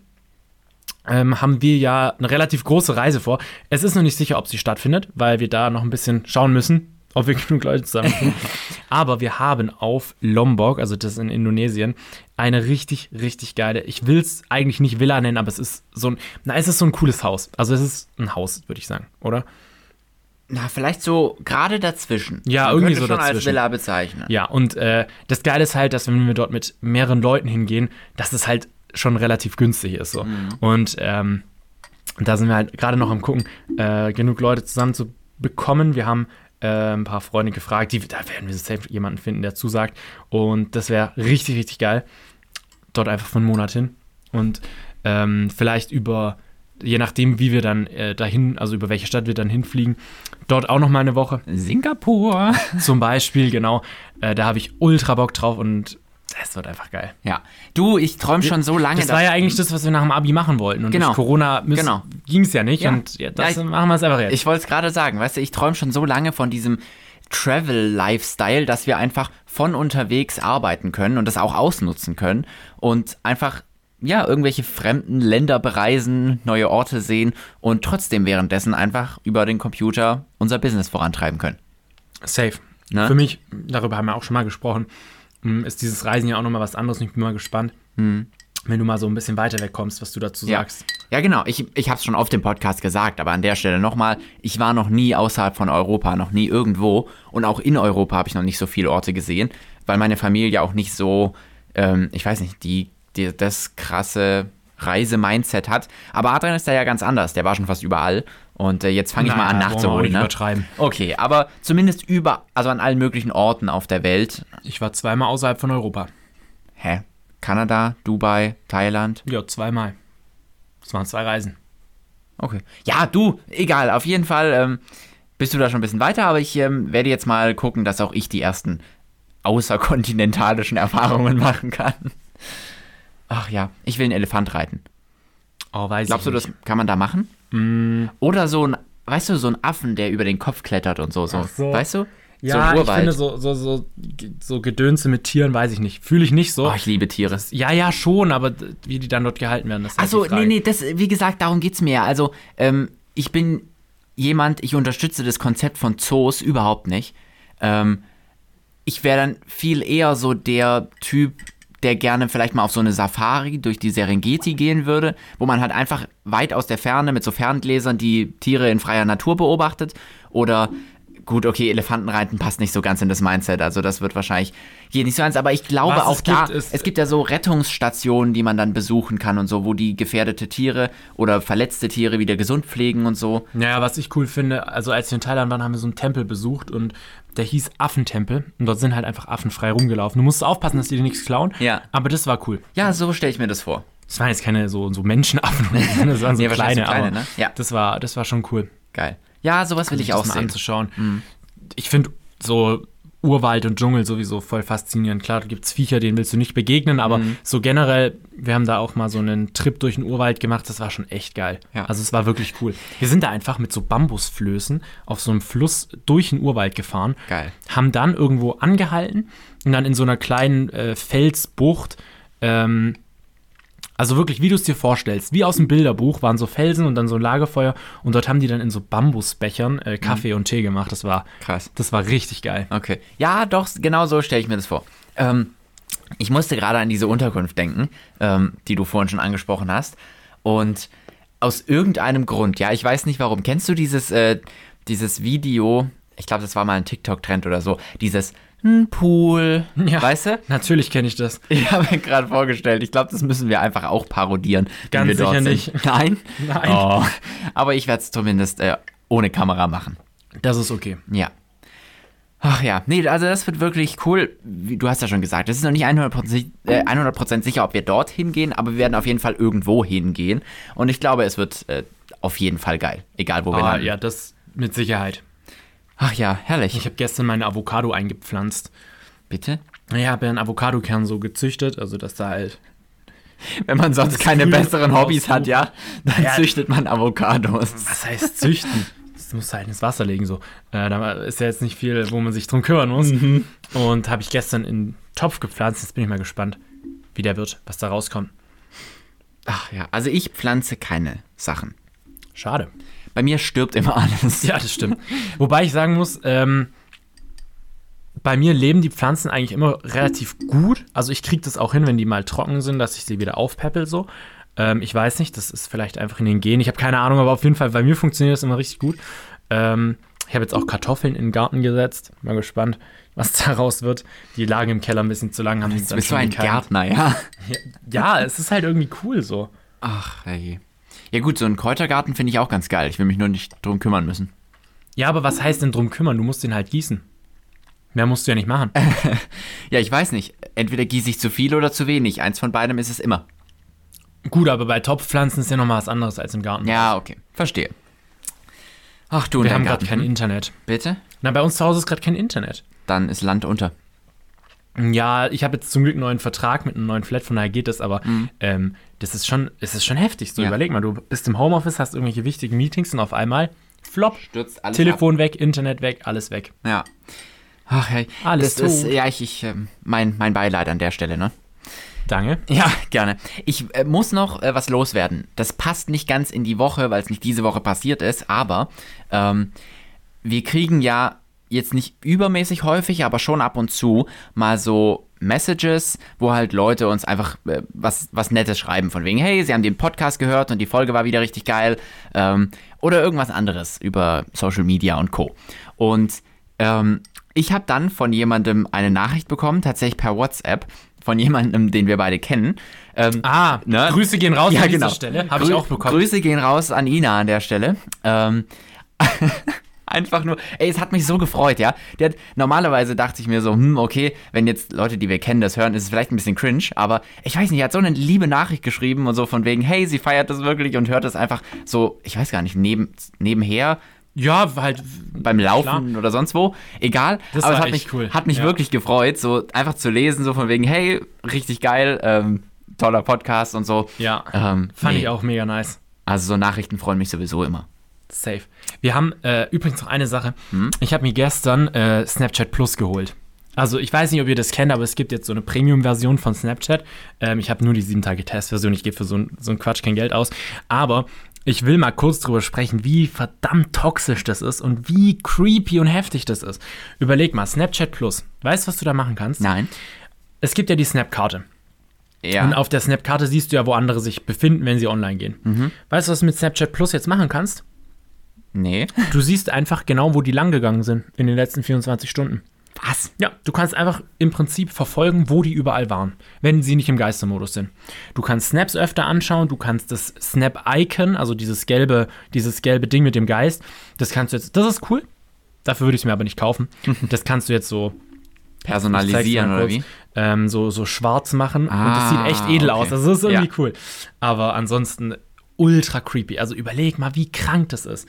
Speaker 2: ähm, haben wir ja eine relativ große Reise vor. Es ist noch nicht sicher, ob sie stattfindet, weil wir da noch ein bisschen schauen müssen, ob wir genug Leute zusammenkommen. Aber wir haben auf Lombok, also das in Indonesien, eine richtig, richtig geile, ich will es eigentlich nicht Villa nennen, aber es ist so ein, na, es ist so ein cooles Haus. Also es ist ein Haus, würde ich sagen, oder?
Speaker 1: na, vielleicht so gerade dazwischen.
Speaker 2: Ja,
Speaker 1: Man
Speaker 2: irgendwie
Speaker 1: könnte
Speaker 2: so
Speaker 1: schon als
Speaker 2: dazwischen.
Speaker 1: Villa bezeichnen.
Speaker 2: Ja, und äh, das Geile ist halt, dass wenn wir dort mit mehreren Leuten hingehen, dass es halt schon relativ günstig ist. So. Und ähm, da sind wir halt gerade noch am Gucken, äh, genug Leute zusammen zu bekommen. Wir haben äh, ein paar Freunde gefragt, die, da werden wir safe jemanden finden, der zusagt. Und das wäre richtig, richtig geil. Dort einfach für einen Monat hin. Und ähm, vielleicht über, je nachdem, wie wir dann äh, dahin, also über welche Stadt wir dann hinfliegen, dort auch noch mal eine Woche.
Speaker 1: Singapur.
Speaker 2: Zum Beispiel, genau. Äh, da habe ich ultra Bock drauf und es wird einfach geil.
Speaker 1: Ja. Du, ich träume schon so lange.
Speaker 2: Das war ja eigentlich das, was wir nach dem Abi machen wollten. Und
Speaker 1: ähm, Genau.
Speaker 2: durch Corona
Speaker 1: Genau.
Speaker 2: ging es ja nicht.
Speaker 1: Ja.
Speaker 2: Und ja, das
Speaker 1: Ja, ich-
Speaker 2: machen wir es einfach jetzt.
Speaker 1: ich wollte es gerade sagen, weißt du, ich träume schon so lange von diesem Travel-Lifestyle, dass wir einfach von unterwegs arbeiten können und das auch ausnutzen können und einfach, ja, irgendwelche fremden Länder bereisen, neue Orte sehen und trotzdem währenddessen einfach über den Computer unser Business vorantreiben können.
Speaker 2: Safe.
Speaker 1: Ne?
Speaker 2: Für mich, darüber haben wir auch schon mal gesprochen, m, ist dieses Reisen ja auch nochmal was anderes. Und ich bin mal gespannt, wenn du mal so ein bisschen weiter weg kommst, was du dazu
Speaker 1: Hm. Ja.
Speaker 2: sagst.
Speaker 1: Ja, genau. Ich, ich habe es schon auf dem Podcast gesagt, aber an der Stelle nochmal, ich war noch nie außerhalb von Europa, noch nie irgendwo. Und auch in Europa habe ich noch nicht so viele Orte gesehen, weil meine Familie auch nicht so, ähm, ich weiß nicht, die, die das krasse Reise-Mindset hat. Aber Adrian ist da ja ganz anders. Der war schon fast überall. Und äh, jetzt fange ich mal
Speaker 2: Naja,
Speaker 1: an
Speaker 2: wollen wir auch
Speaker 1: nachzuholen.
Speaker 2: nicht
Speaker 1: Ne?
Speaker 2: übertreiben.
Speaker 1: Okay, aber zumindest über, also an allen möglichen Orten auf der Welt.
Speaker 2: Ich war zweimal außerhalb von Europa.
Speaker 1: Hä? Kanada, Dubai, Thailand.
Speaker 2: Ja, zweimal. Das waren zwei Reisen.
Speaker 1: Okay. Ja, du, egal, auf jeden Fall ähm, bist du da schon ein bisschen weiter, aber ich ähm, werde jetzt mal gucken, dass auch ich die ersten außerkontinentalischen Erfahrungen machen kann. Ach ja, ich will einen Elefant reiten.
Speaker 2: Oh, weiß
Speaker 1: Glaubst
Speaker 2: ich
Speaker 1: du, das kann man da machen?
Speaker 2: Mm.
Speaker 1: Oder so ein, weißt du, so ein Affen, der über den Kopf klettert und so, so.
Speaker 2: Ach so.
Speaker 1: Weißt du?
Speaker 2: Ja,
Speaker 1: so
Speaker 2: ich finde so, so, so, so Gedönse mit Tieren, weiß ich nicht. Fühle ich nicht so.
Speaker 1: Oh, ich liebe Tiere.
Speaker 2: ja, ja, schon, aber d- wie die dann dort gehalten werden, das ist halt
Speaker 1: Achso,
Speaker 2: die
Speaker 1: nee,
Speaker 2: Frage.
Speaker 1: nee, das, wie gesagt, darum geht's mir. ja. Also, ähm, ich bin jemand, ich unterstütze das Konzept von Zoos überhaupt nicht. Ähm, ich wäre dann viel eher so der Typ, der gerne vielleicht mal auf so eine Safari durch die Serengeti gehen würde, wo man halt einfach weit aus der Ferne mit so Ferngläsern die Tiere in freier Natur beobachtet. Oder gut, okay, Elefantenreiten passt nicht so ganz in das Mindset, also das wird wahrscheinlich hier nicht so ganz, aber ich glaube
Speaker 2: Was es
Speaker 1: auch da,
Speaker 2: gibt, ist-
Speaker 1: es gibt ja so Rettungsstationen, die man dann besuchen kann und so, wo die gefährdete Tiere oder verletzte Tiere wieder gesund pflegen und so.
Speaker 2: Naja, was ich cool finde, also als wir in Thailand waren, haben wir so einen Tempel besucht und der hieß Affentempel. Und dort sind halt einfach Affen frei rumgelaufen. Du musst aufpassen, dass die dir nichts klauen.
Speaker 1: Ja.
Speaker 2: Aber das war cool.
Speaker 1: Ja, so stelle ich mir das vor.
Speaker 2: Das waren jetzt keine so, so Menschenaffen, oder so, das waren so
Speaker 1: Nee, wahrscheinlich
Speaker 2: kleine,
Speaker 1: so kleine,
Speaker 2: aber
Speaker 1: ne? Ja.
Speaker 2: das, war, das war schon cool.
Speaker 1: Geil. Ja, sowas will
Speaker 2: sich
Speaker 1: ich auch
Speaker 2: das mal
Speaker 1: sehen. Mhm.
Speaker 2: anzuschauen. Ich finde so Urwald und Dschungel sowieso voll faszinierend. Klar, da gibt es Viecher, denen willst du nicht begegnen, aber
Speaker 1: Mhm.
Speaker 2: so generell, wir haben da auch mal so einen Trip durch den Urwald gemacht, das war schon echt geil.
Speaker 1: Ja.
Speaker 2: Also es war wirklich cool. Wir sind da einfach mit so Bambusflößen auf so einem Fluss durch den Urwald gefahren,
Speaker 1: Geil.
Speaker 2: haben dann irgendwo angehalten und dann in so einer kleinen äh, Felsbucht ähm, also wirklich, wie du es dir vorstellst, wie aus dem Bilderbuch waren so Felsen und dann so ein Lagerfeuer und dort haben die dann in so Bambusbechern äh, Kaffee und Tee gemacht. Das war
Speaker 1: Mhm. Krass.
Speaker 2: Das war richtig geil.
Speaker 1: Okay. Ja, doch, genau so stelle ich mir das vor. Ähm, ich musste gerade an diese Unterkunft denken, ähm, die du vorhin schon angesprochen hast. Und aus irgendeinem Grund, ja, ich weiß nicht warum, kennst du dieses, äh, dieses Video, ich glaube, das war mal ein TikTok-Trend oder so, dieses "Hm, Pool,
Speaker 2: Ja.
Speaker 1: weißt du?
Speaker 2: Natürlich kenne ich das.
Speaker 1: Ich habe mir gerade vorgestellt, ich glaube, das müssen wir einfach auch parodieren.
Speaker 2: Ganz
Speaker 1: wenn wir dort
Speaker 2: sicher
Speaker 1: sind. Nein?
Speaker 2: Nein.
Speaker 1: Oh. Aber ich werde es zumindest äh, ohne Kamera machen.
Speaker 2: Das ist okay.
Speaker 1: Ja. Ach ja, nee, also das wird wirklich cool. Wie- Du hast ja schon gesagt, es ist noch nicht 100%, sich- äh, 100 sicher, ob wir dorthin gehen, aber wir werden auf jeden Fall irgendwo hingehen. Und ich glaube, es wird äh, auf jeden Fall geil, egal wo wir
Speaker 2: Ah,
Speaker 1: landen.
Speaker 2: ja, das mit Sicherheit.
Speaker 1: Ach ja, herrlich.
Speaker 2: Ich habe gestern meine Avocado eingepflanzt.
Speaker 1: Bitte?
Speaker 2: Naja, habe ja einen Avocadokern so gezüchtet, also dass da halt.
Speaker 1: Wenn man sonst keine
Speaker 2: Grün
Speaker 1: besseren Hobbys
Speaker 2: raussuchen.
Speaker 1: hat, ja, dann
Speaker 2: Ja.
Speaker 1: züchtet man Avocados.
Speaker 2: Was heißt züchten? Das muss halt ins Wasser legen, so. Äh, da ist ja jetzt nicht viel, wo man sich drum kümmern muss.
Speaker 1: Mhm.
Speaker 2: Und habe ich gestern in einen Topf gepflanzt. Jetzt bin ich mal gespannt, wie der wird, was da rauskommt.
Speaker 1: Ach ja, also ich pflanze keine Sachen.
Speaker 2: Schade.
Speaker 1: Bei mir stirbt immer alles.
Speaker 2: Ja, das stimmt. Wobei ich sagen muss, ähm, bei mir leben die Pflanzen eigentlich immer relativ gut. Also ich kriege das auch hin, wenn die mal trocken sind, dass ich sie wieder aufpäppel so. Ähm, ich weiß nicht, das ist vielleicht einfach in den Genen. Ich habe keine Ahnung, aber auf jeden Fall, bei mir funktioniert das immer richtig gut. Ähm, Ich habe jetzt auch Kartoffeln in den Garten gesetzt. Mal gespannt, was daraus wird. Die lagen im Keller ein bisschen zu lang, haben uns
Speaker 1: Du
Speaker 2: dann
Speaker 1: bist so
Speaker 2: schon
Speaker 1: ein
Speaker 2: gekannt.
Speaker 1: Gärtner, ja.
Speaker 2: Ja, es ist halt irgendwie cool so.
Speaker 1: Ach, ey. Ja gut, so einen Kräutergarten finde ich auch ganz geil. Ich will mich nur nicht drum kümmern müssen.
Speaker 2: Ja, aber was heißt denn drum kümmern? Du musst den halt gießen. Mehr musst du ja nicht machen.
Speaker 1: Ja, ich weiß nicht. Entweder gieße ich zu viel oder zu wenig. Eins von beidem ist es immer.
Speaker 2: Gut, aber bei Topfpflanzen ist ja nochmal was anderes als im Garten.
Speaker 1: Ja, okay. Verstehe. Ach du, und
Speaker 2: Wir
Speaker 1: dein
Speaker 2: haben gerade
Speaker 1: Garten,
Speaker 2: kein
Speaker 1: hm?
Speaker 2: Internet.
Speaker 1: Bitte?
Speaker 2: Na, bei uns zu Hause ist gerade kein Internet.
Speaker 1: Dann ist Land unter.
Speaker 2: Ja, ich habe jetzt zum Glück einen neuen Vertrag mit einem neuen Flat, von daher geht das, aber ähm, das ist schon, es ist schon heftig. So,
Speaker 1: Mhm. Ja.
Speaker 2: überleg mal, du bist im Homeoffice, hast irgendwelche wichtigen Meetings und auf einmal flop.
Speaker 1: Stürzt alles
Speaker 2: Telefon weg, Internet weg, alles weg.
Speaker 1: ab. Ja. Ach, hey.
Speaker 2: Alles
Speaker 1: das ist,
Speaker 2: tot.
Speaker 1: ja, ich, ich, ähm, mein, mein Beileid an der Stelle, ne?
Speaker 2: Danke.
Speaker 1: Ja, gerne. Ich äh, muss noch äh, was loswerden. Das passt nicht ganz in die Woche, weil es nicht diese Woche passiert ist, aber ähm, wir kriegen ja jetzt nicht übermäßig häufig, aber schon ab und zu mal so Messages, wo halt Leute uns einfach äh, was, was Nettes schreiben, von wegen, hey, sie haben den Podcast gehört und die Folge war wieder richtig geil ähm, oder irgendwas anderes über Social Media und Co. Und ähm, ich habe dann von jemandem eine Nachricht bekommen, tatsächlich per WhatsApp, von jemandem, den wir beide kennen. Ähm,
Speaker 2: Ah,
Speaker 1: Ne?
Speaker 2: Grüße gehen raus
Speaker 1: Ja,
Speaker 2: an
Speaker 1: genau.
Speaker 2: dieser Stelle. Habe ich
Speaker 1: Grü-
Speaker 2: auch bekommen.
Speaker 1: Grüße gehen raus an Ina an der Stelle. Ähm, einfach nur, ey, es hat mich so gefreut, ja. Der hat, normalerweise dachte ich mir so, hm, okay, wenn jetzt Leute, die wir kennen, das hören, ist es vielleicht ein bisschen cringe, aber ich weiß nicht, er hat so eine liebe Nachricht geschrieben und so von wegen, hey, sie feiert das wirklich und hört das einfach so, ich weiß gar nicht, neben, nebenher
Speaker 2: Ja, halt.
Speaker 1: beim Laufen oder sonst wo, egal.
Speaker 2: Das
Speaker 1: aber es
Speaker 2: war
Speaker 1: hat
Speaker 2: echt
Speaker 1: mich,
Speaker 2: cool.
Speaker 1: hat mich
Speaker 2: Ja.
Speaker 1: wirklich gefreut, so einfach zu lesen, so von wegen, hey, richtig geil, ähm, toller Podcast und so.
Speaker 2: Ja,
Speaker 1: Ähm,
Speaker 2: fand
Speaker 1: nee.
Speaker 2: ich auch mega nice.
Speaker 1: Also so Nachrichten freuen mich sowieso immer.
Speaker 2: Safe. Wir haben äh, übrigens noch eine Sache.
Speaker 1: Hm?
Speaker 2: Ich habe mir gestern äh, Snapchat Plus geholt. Also ich weiß nicht, ob ihr das kennt, aber es gibt jetzt so eine Premium-Version von Snapchat. Ähm, ich habe nur die 7-Tage-Test-Version. Ich gebe für so, ein- so einen Quatsch kein Geld aus. Aber ich will mal kurz drüber sprechen, wie verdammt toxisch das ist und wie creepy und heftig das ist. Überleg mal, Snapchat Plus. Weißt du, was du da machen kannst?
Speaker 1: Nein.
Speaker 2: Es gibt ja die Snap-Karte.
Speaker 1: Ja.
Speaker 2: Und auf der Snap-Karte siehst du ja, wo andere sich befinden, wenn sie online gehen.
Speaker 1: Mhm.
Speaker 2: Weißt du, was du mit Snapchat Plus jetzt machen kannst?
Speaker 1: nee.
Speaker 2: Du siehst einfach genau, wo die lang gegangen sind in den letzten 24 Stunden.
Speaker 1: Was?
Speaker 2: Ja, du kannst einfach im Prinzip verfolgen, wo die überall waren, wenn sie nicht im Geistermodus sind. Du kannst Snaps öfter anschauen, du kannst das Snap-Icon, also dieses gelbe, dieses gelbe Ding mit dem Geist, das kannst du jetzt, das ist cool. Dafür würde ich es mir aber nicht kaufen. Das kannst du jetzt so
Speaker 1: Personalisieren
Speaker 2: zeig's mal
Speaker 1: oder
Speaker 2: kurz,
Speaker 1: wie?
Speaker 2: Ähm, so, so schwarz machen und das
Speaker 1: Ah,
Speaker 2: sieht echt edel aus.
Speaker 1: okay.
Speaker 2: Also das ist irgendwie
Speaker 1: Ja.
Speaker 2: cool. Aber ansonsten ultra creepy. Also überleg mal, wie krank das ist.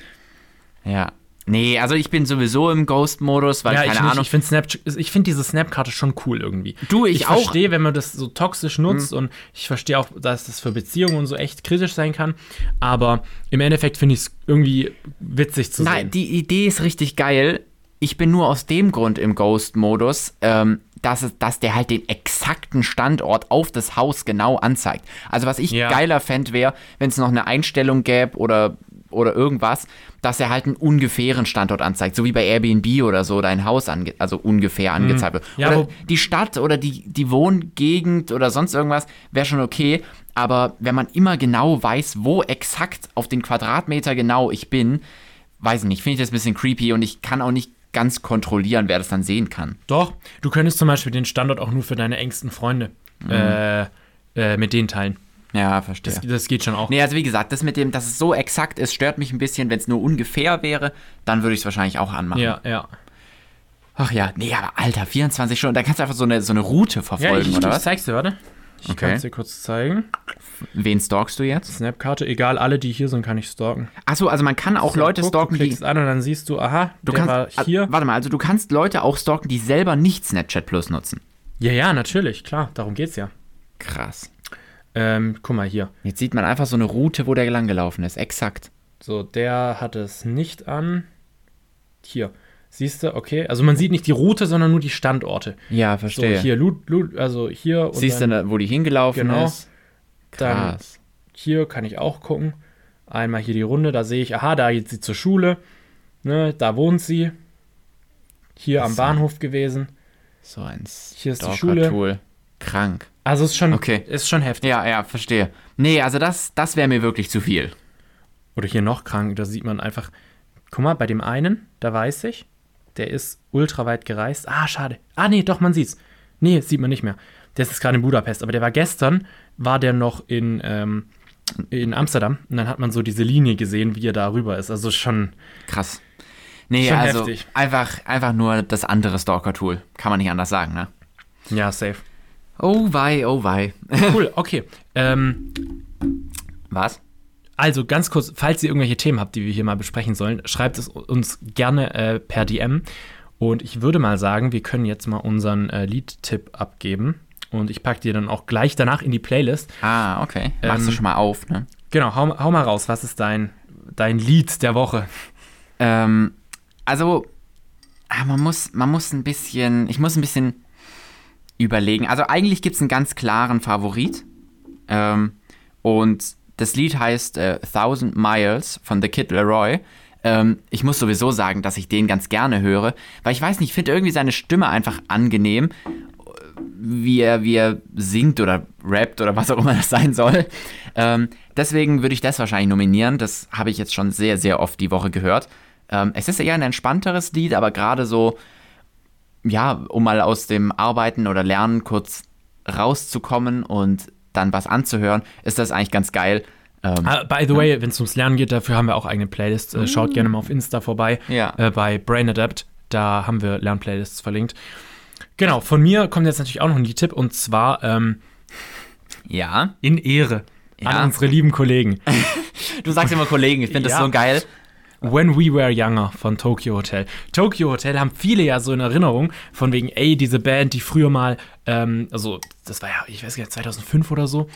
Speaker 1: Ja. Nee, also ich bin sowieso im Ghost-Modus, weil
Speaker 2: Ja,
Speaker 1: keine
Speaker 2: ich nicht.
Speaker 1: Ahnung.
Speaker 2: Ich finde Snap, ich finde diese Snap-Karte schon cool irgendwie.
Speaker 1: Du, ich auch. Hm.
Speaker 2: Ich verstehe, wenn man das so toxisch nutzt und ich verstehe auch, dass das für Beziehungen und so echt kritisch sein kann. Aber im Endeffekt finde ich es irgendwie witzig zu
Speaker 1: Nein,
Speaker 2: sehen.
Speaker 1: die Idee ist richtig geil. Ich bin nur aus dem Grund im Ghost-Modus, ähm, dass, es, dass der halt den exakten Standort auf das Haus genau anzeigt. Also was ich
Speaker 2: Ja.
Speaker 1: geiler fänd wäre, wenn es noch eine Einstellung gäbe oder, oder irgendwas, dass er halt einen ungefähren Standort anzeigt. So wie bei Airbnb oder so, dein Haus ange also ungefähr
Speaker 2: Mhm.
Speaker 1: angezeigt wird.
Speaker 2: Ja,
Speaker 1: oder
Speaker 2: wo-
Speaker 1: die Stadt oder die, die Wohngegend oder sonst irgendwas wäre schon okay. Aber wenn man immer genau weiß, wo exakt auf den Quadratmeter genau ich bin, weiß ich nicht, finde ich das ein bisschen creepy und ich kann auch nicht ganz kontrollieren, wer das dann sehen kann.
Speaker 2: Doch, du könntest zum Beispiel den Standort auch nur für deine engsten Freunde äh, äh, mit denen teilen.
Speaker 1: Mhm. Ja, verstehe.
Speaker 2: Das, das geht schon auch.
Speaker 1: nee, also wie gesagt, das mit dem, dass es so exakt ist, stört mich ein bisschen. Wenn es nur ungefähr wäre, dann würde ich es wahrscheinlich auch anmachen.
Speaker 2: Ja, ja.
Speaker 1: Ach ja, nee, aber Alter, 24 Stunden, da kannst du einfach so eine, so eine Route
Speaker 2: Ja,
Speaker 1: verfolgen,
Speaker 2: ich,
Speaker 1: oder
Speaker 2: ich
Speaker 1: was?
Speaker 2: zeig's dir, warte. Ich
Speaker 1: Okay.
Speaker 2: kann's dir kurz zeigen.
Speaker 1: Wen stalkst du jetzt?
Speaker 2: Snapkarte, egal, alle, die hier sind, kann ich stalken.
Speaker 1: Achso, also man kann auch Leute
Speaker 2: Guck,
Speaker 1: stalken,
Speaker 2: du
Speaker 1: die
Speaker 2: klickst an und dann siehst du, aha,
Speaker 1: Du
Speaker 2: der
Speaker 1: kannst,
Speaker 2: war
Speaker 1: ah,
Speaker 2: hier.
Speaker 1: Warte mal, also du kannst Leute auch stalken, die selber nicht Snapchat Plus nutzen.
Speaker 2: Ja, ja, natürlich, klar, darum geht's ja.
Speaker 1: Krass.
Speaker 2: Ähm, guck mal hier.
Speaker 1: Jetzt sieht man einfach so eine Route, wo der langgelaufen ist. Exakt.
Speaker 2: So, der hat es nicht an. Hier. Siehst du, okay. Also man sieht nicht die Route, sondern nur die Standorte.
Speaker 1: Ja,
Speaker 2: So,
Speaker 1: verstehe.
Speaker 2: hier, Loot, Loot, also hier und
Speaker 1: Siehst
Speaker 2: dann,
Speaker 1: du, ne, wo die hingelaufen
Speaker 2: Genau.
Speaker 1: ist?
Speaker 2: dann
Speaker 1: Krass.
Speaker 2: hier kann ich auch gucken. Einmal hier die Runde, da sehe ich, aha, da geht sie zur Schule. Ne, da wohnt sie. Hier am
Speaker 1: So.
Speaker 2: Bahnhof gewesen.
Speaker 1: So ein
Speaker 2: Hier ist die
Speaker 1: Stalker-Tool. Krank.
Speaker 2: Also ist schon,
Speaker 1: Okay.
Speaker 2: ist schon heftig.
Speaker 1: Ja, ja, verstehe. Nee, also das, das wäre mir wirklich zu viel.
Speaker 2: Oder hier noch krank, da sieht man einfach Guck mal, bei dem einen, da weiß ich, der ist ultra weit gereist. Ah, schade. Ah, nee, doch, man sieht's. Nee, sieht man nicht mehr. Der ist jetzt gerade in Budapest, aber der war gestern, war der noch in, ähm, in Amsterdam. Und dann hat man so diese Linie gesehen, wie er da rüber ist. Also schon,
Speaker 1: Krass. Nee,
Speaker 2: Schon
Speaker 1: also
Speaker 2: heftig.
Speaker 1: einfach, einfach nur das andere Stalker-Tool. Kann man nicht anders sagen, ne?
Speaker 2: ja, safe.
Speaker 1: Oh wei, oh wei.
Speaker 2: Cool, okay. Ähm,
Speaker 1: Was?
Speaker 2: also ganz kurz, falls ihr irgendwelche Themen habt, die wir hier mal besprechen sollen, schreibt es uns gerne äh, per DM. Und ich würde mal sagen, wir können jetzt mal unseren äh, Lied-Tipp abgeben. Und ich packe dir dann auch gleich danach in die Playlist.
Speaker 1: Ah, okay. Machst du
Speaker 2: Ähm,
Speaker 1: schon mal auf, ne?
Speaker 2: Genau, hau, hau mal raus. Was ist dein, dein Lied der Woche?
Speaker 1: Ähm, also, ah, man muss, man muss ein bisschen, ich muss ein bisschen überlegen. Also eigentlich gibt es einen ganz klaren Favorit. Ähm, und das Lied heißt äh, Thousand Miles von The Kid Leroy. Ähm, ich muss sowieso sagen, dass ich den ganz gerne höre, weil ich weiß nicht, ich finde irgendwie seine Stimme einfach angenehm, wie er, wie er singt oder rappt oder was auch immer das sein soll. Ähm, deswegen würde ich das wahrscheinlich nominieren. Das habe ich jetzt schon sehr, sehr oft die Woche gehört. Ähm, es ist eher ein entspannteres Lied, aber gerade so, ja, um mal aus dem Arbeiten oder Lernen kurz rauszukommen und dann was anzuhören, ist das eigentlich ganz geil. Ähm,
Speaker 2: Ah, by the way, wenn es ums Lernen geht, dafür haben wir auch eigene Playlists. Äh, Schaut gerne mal auf Insta vorbei.
Speaker 1: Mm. Ja.
Speaker 2: Äh, bei Brain Adapt, da haben wir Lernplaylists verlinkt. Genau, von mir kommt jetzt natürlich auch noch ein Liedtipp und zwar ähm,
Speaker 1: ja.
Speaker 2: in Ehre
Speaker 1: Ja.
Speaker 2: an unsere lieben Kollegen.
Speaker 1: Du sagst immer Kollegen, ich finde das
Speaker 2: Ja.
Speaker 1: so geil.
Speaker 2: When We Were Younger von Tokyo Hotel. Tokyo Hotel haben viele ja so in Erinnerung, von wegen, ey, diese Band, die früher mal, ähm, also das war ja, ich weiß gar nicht, 2005 oder so.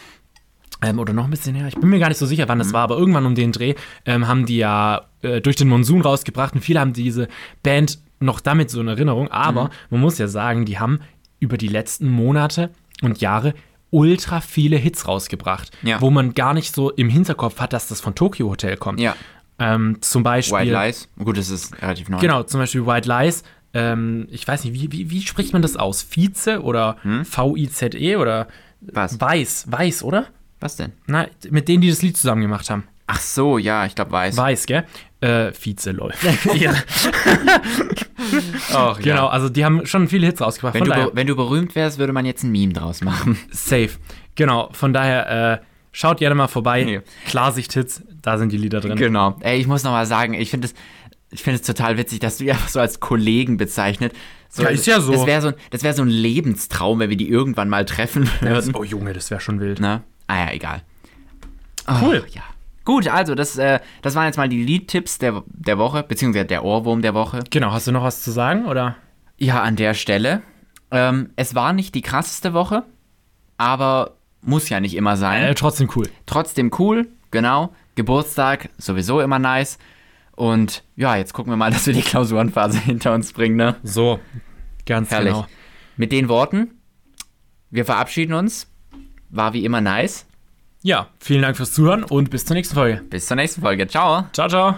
Speaker 2: Ähm, oder noch ein bisschen her, ich bin mir gar nicht so sicher, wann
Speaker 1: Mhm.
Speaker 2: das war, aber irgendwann um den Dreh ähm, haben die ja äh, durch den Monsun rausgebracht und viele haben diese Band noch damit so in Erinnerung,
Speaker 1: Mhm.
Speaker 2: aber man muss ja sagen, die haben über die letzten Monate und Jahre ultra viele Hits rausgebracht,
Speaker 1: Ja.
Speaker 2: wo man gar nicht so im Hinterkopf hat, dass das von Tokyo Hotel kommt.
Speaker 1: Ja.
Speaker 2: Ähm, zum Beispiel.
Speaker 1: White Lies. Gut, das ist relativ neu.
Speaker 2: Genau, zum Beispiel White Lies. Ähm, ich weiß nicht, wie, wie, wie spricht man das aus? Vize oder V-I-Z-E E oder
Speaker 1: Hm? Was?
Speaker 2: Weiß, Weiß, oder?
Speaker 1: Was denn?
Speaker 2: Na, mit denen, die das Lied zusammen gemacht haben.
Speaker 1: Ach so, ja, ich glaube weiß.
Speaker 2: Weiß, gell? Äh, Vize, lol. ja,
Speaker 1: Och, ja.
Speaker 2: genau, also die haben schon viele Hits rausgebracht.
Speaker 1: Wenn du,
Speaker 2: von daher,
Speaker 1: be- wenn du berühmt wärst, würde man jetzt ein Meme draus machen.
Speaker 2: safe. Genau, von daher, äh, schaut gerne mal vorbei.
Speaker 1: Nee.
Speaker 2: Klarsicht-Hits, da sind die Lieder drin.
Speaker 1: Genau. Ey, ich muss nochmal sagen, ich finde es ich finde es total witzig, dass du ja so als Kollegen bezeichnet. So,
Speaker 2: Ja, ist ja so.
Speaker 1: Das wäre so, ein- das wär so ein Lebenstraum, wenn wir die irgendwann mal treffen würden.
Speaker 2: oh Junge, das wäre schon wild.
Speaker 1: Ne? Ah ja, egal.
Speaker 2: Cool.
Speaker 1: Ja. Gut, also das, äh, das waren jetzt mal die Liedtipps der, der Woche, beziehungsweise der Ohrwurm der Woche.
Speaker 2: Genau, hast du noch was zu sagen, oder?
Speaker 1: Ja, an der Stelle. Ähm, es war nicht die krasseste Woche, aber muss ja nicht immer sein.
Speaker 2: Äh, trotzdem cool.
Speaker 1: trotzdem cool, genau. Geburtstag sowieso immer nice. Und ja, jetzt gucken wir mal, dass wir die Klausurenphase hinter uns bringen, ne?
Speaker 2: So, ganz
Speaker 1: Herrlich.
Speaker 2: genau.
Speaker 1: Mit den Worten, wir verabschieden uns. War wie immer nice.
Speaker 2: Ja, vielen Dank fürs Zuhören und bis zur nächsten Folge.
Speaker 1: Bis zur nächsten Folge. Ciao.
Speaker 2: Ciao, ciao.